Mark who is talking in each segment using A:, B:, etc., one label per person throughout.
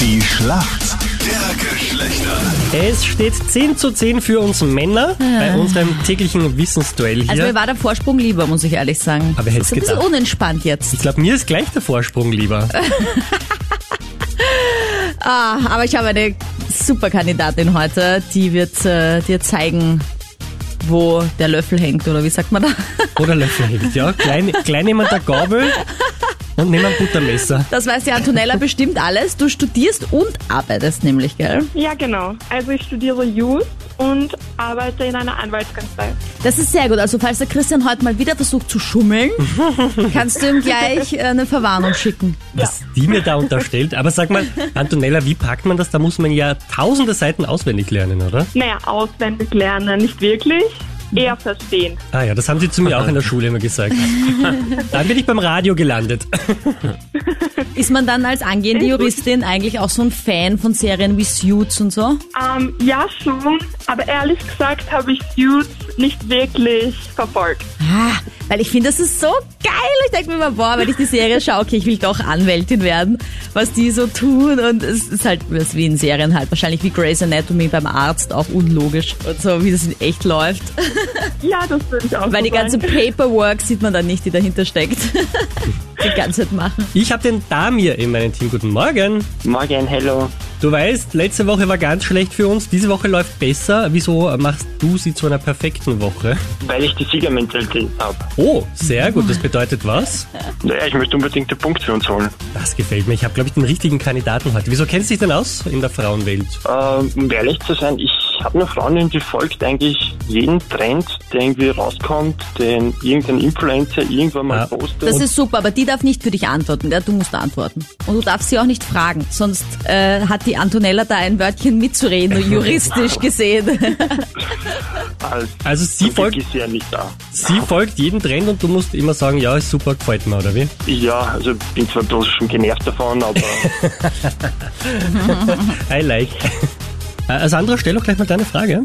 A: Die Schlacht der Geschlechter.
B: Es steht 10 zu 10 für uns Männer bei unserem täglichen Wissensduell hier.
C: Also mir war der Vorsprung lieber, muss ich ehrlich sagen.
B: Aber hätt's
C: ist ein bisschen
B: gedacht.
C: unentspannt jetzt.
B: ich glaube, mir ist gleich der Vorsprung lieber.
C: Ah, aber ich habe eine super Kandidatin heute, die wird äh, dir zeigen, wo der Löffel hängt oder wie sagt man da?
B: Oder Löffel hängt, ja. Klein, klein nehmen der Gabel und nehmen ein Buttermesser.
C: Das weiß die Antonella bestimmt alles. Du studierst und arbeitest nämlich, gell?
D: Ja, genau. Also ich studiere Jus und arbeite in einer Anwaltskanzlei.
C: Das ist sehr gut. Also falls der Christian heute mal wieder versucht zu schummeln, kannst du ihm gleich äh, eine Verwarnung schicken.
B: Was die mir da unterstellt. Aber sag mal, Antonella, wie packt man das? Da muss man ja tausende Seiten auswendig lernen, oder?
D: Naja, auswendig lernen, nicht wirklich. Eher verstehen.
B: Ah ja, das haben sie zu mir auch in der Schule immer gesagt. Dann bin ich beim Radio gelandet.
C: Ist man dann als angehende Juristin eigentlich auch so ein Fan von Serien wie Suits und so?
D: Ähm, ja, schon, aber ehrlich gesagt habe ich Jus nicht wirklich verfolgt.
C: Ah, weil ich finde, das ist so geil. Ich denke mir mal, boah, wenn ich die Serie schaue, okay, ich will doch Anwältin werden, was die so tun. Und es ist halt das ist wie in Serien halt. Wahrscheinlich wie Grey's Anatomy beim Arzt, auch unlogisch. Und so, wie das in echt läuft.
D: Ja, das würde ich auch
C: Weil
D: so
C: die ganze
D: sagen.
C: Paperwork sieht man dann nicht, die dahinter steckt. die ganze Zeit machen.
B: Ich habe den Damir in meinem Team. Guten Morgen.
E: Morgen, hello.
B: Du weißt, letzte Woche war ganz schlecht für uns. Diese Woche läuft besser. Wieso machst du sie zu einer perfekten Woche?
E: Weil ich die Siegermentalität habe.
B: Oh, sehr gut. Das bedeutet was?
E: Naja, ich möchte unbedingt den Punkt für uns holen.
B: Das gefällt mir. Ich habe, glaube ich, den richtigen Kandidaten heute. Wieso kennst du dich denn aus in der Frauenwelt?
E: Ähm, um ehrlich zu sein, ich habe eine Freundin, die folgt eigentlich jeden Trend, der irgendwie rauskommt, den irgendein Influencer irgendwann mal
B: Ja.
E: postet.
C: Das ist super, aber die darf nicht für dich antworten. Ja, du musst antworten. Und du darfst sie auch nicht fragen. Sonst äh, hat die Antonella da ein Wörtchen mitzureden, juristisch gesehen.
E: als
B: Also sie folgt,
E: ist sie ja nicht da.
B: sie folgt jedem Trend und du musst immer sagen, ja, ist super, gefällt mir, oder wie?
E: Ja, also ich bin zwar bloß schon genervt davon, aber
B: I like. Äh, Also Sandra, stell doch gleich mal deine Frage.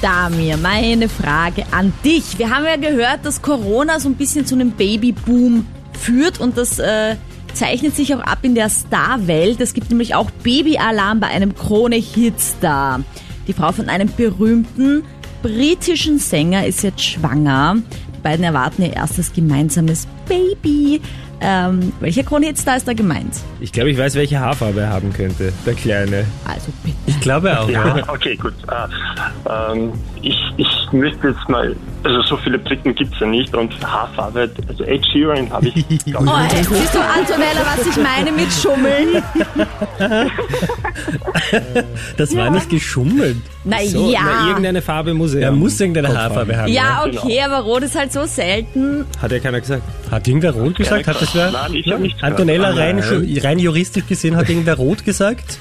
C: Damir, meine Frage an dich. Wir haben ja gehört, dass Corona so ein bisschen zu einem Babyboom führt und das äh, zeichnet sich auch ab in der Starwelt. Es gibt nämlich auch Babyalarm bei einem Krone-Hitstar. Die Frau von einem berühmten britischen Sänger ist jetzt schwanger. Die beiden erwarten ihr erstes gemeinsames Baby. Ähm, welcher Krone-Hitstar ist da gemeint?
F: Ich glaube, ich weiß, welche Haarfarbe er haben könnte. Der Kleine.
C: Also bitte.
B: Ich glaube auch, ja.
E: ja, okay, gut. Äh, ähm, ich, ich müsste jetzt mal, also so viele Briten gibt's ja nicht und Haarfarbe, also Ed Sheeran habe ich, glaub
C: Oh, ey, siehst du, Antonella, was ich meine mit Schummeln?
B: Das war nicht geschummelt.
C: Na
F: So,
C: ja.
F: Na, irgendeine Farbe muss er.
B: Er
F: haben.
B: muss irgendeine
F: Kopf
B: Haarfarbe haben.
C: Ja,
E: genau.
C: okay, aber rot ist halt so selten.
F: Hat ja keiner gesagt.
B: ja. Hat irgendwer rot gesagt? Hat das wer?
E: Nein, ich habe nichts gehört.
B: Antonella rein,
F: Nein.
B: schon- rein juristisch gesehen hat irgendwer rot gesagt?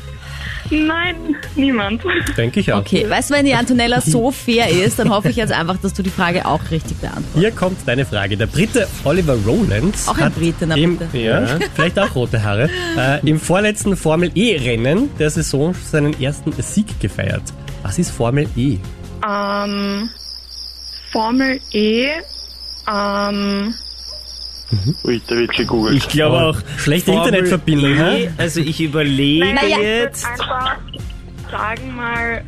D: Nein, niemand.
B: Denke ich auch.
C: Okay, weißt du, wenn die Antonella so fair ist, dann hoffe ich jetzt einfach, dass du die Frage auch richtig beantwortest.
B: Hier kommt deine Frage. Der Brite Oliver Rowlands
C: Auch ein
B: hat
C: Brite, na
B: im,
C: bitte.
B: ja, vielleicht auch rote Haare, äh, im vorletzten Formel-E-Rennen der Saison seinen ersten Sieg gefeiert. Was ist Formel-E?
D: ähm, Formel E. Ähm,
E: Ui, da wird gegoogelt.
F: glaube
B: Schlechte Internetverbindung, hä?
F: Also ich überlege
D: naja,
F: jetzt.
D: ich würde einfach sagen mal.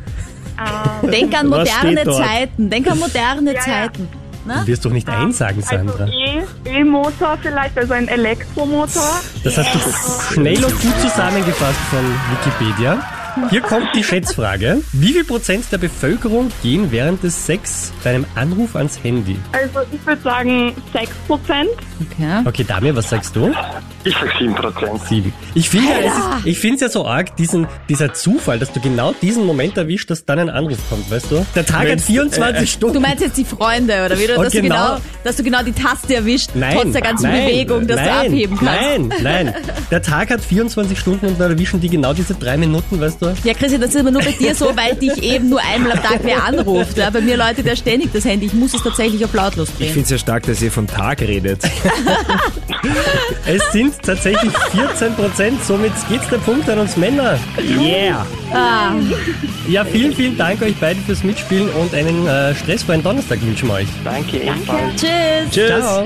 D: Ähm,
C: Denk an
B: Was
C: moderne
B: steht dort?
C: Zeiten. Denk an moderne
D: Ja, ja.
C: Zeiten.
B: Du wirst doch nicht einsagen, Sandra.
D: Also E- E-Motor vielleicht, also ein Elektromotor.
B: Das hast du schnell und gut zusammengefasst von Wikipedia. Hier kommt die Schätzfrage. Wie viel Prozent der Bevölkerung gehen während des Sex bei einem Anruf ans Handy?
D: Also ich würde sagen 6%.
C: Okay.
B: Okay, Damir, was sagst du?
E: Ich sag 7%.
B: Sieben. Ich finde ja, es ist, ich finde es ja so arg, diesen, dieser Zufall, dass du genau diesen Moment erwischt, dass dann ein Anruf kommt, weißt du? Der Tag hat
F: Wenn's-
B: 24
C: Du
B: Stunden.
C: meinst jetzt die Freunde, oder wie? Oder
B: Und
C: Dass,
B: genau-
C: du genau, dass du genau die Taste erwischt,
B: Nein,
C: trotz der ganzen
B: nein,
C: Bewegung, dass
B: nein,
C: du abheben
B: Nein,
C: kannst.
B: nein. Der Tag hat 24 Stunden und dann erwischen die genau diese drei Minuten, weißt du?
C: Ja, Christian, das ist aber nur bei dir so, weil dich eben nur einmal am Tag wer anruft. Ja, bei mir läutet ja ständig das Handy. Ich muss es tatsächlich auf lautlos
F: Ich
C: drehen.
F: finde es ja stark, dass ihr vom Tag redet.
B: Es sind tatsächlich 14 Prozent, somit geht's der Punkt an uns Männer. Yeah. Ja, vielen, vielen Dank euch beiden fürs Mitspielen und einen äh, stressfreien Donnerstag wünschen wir euch.
E: Danke, ebenfalls.
C: Tschüss.
B: Ciao.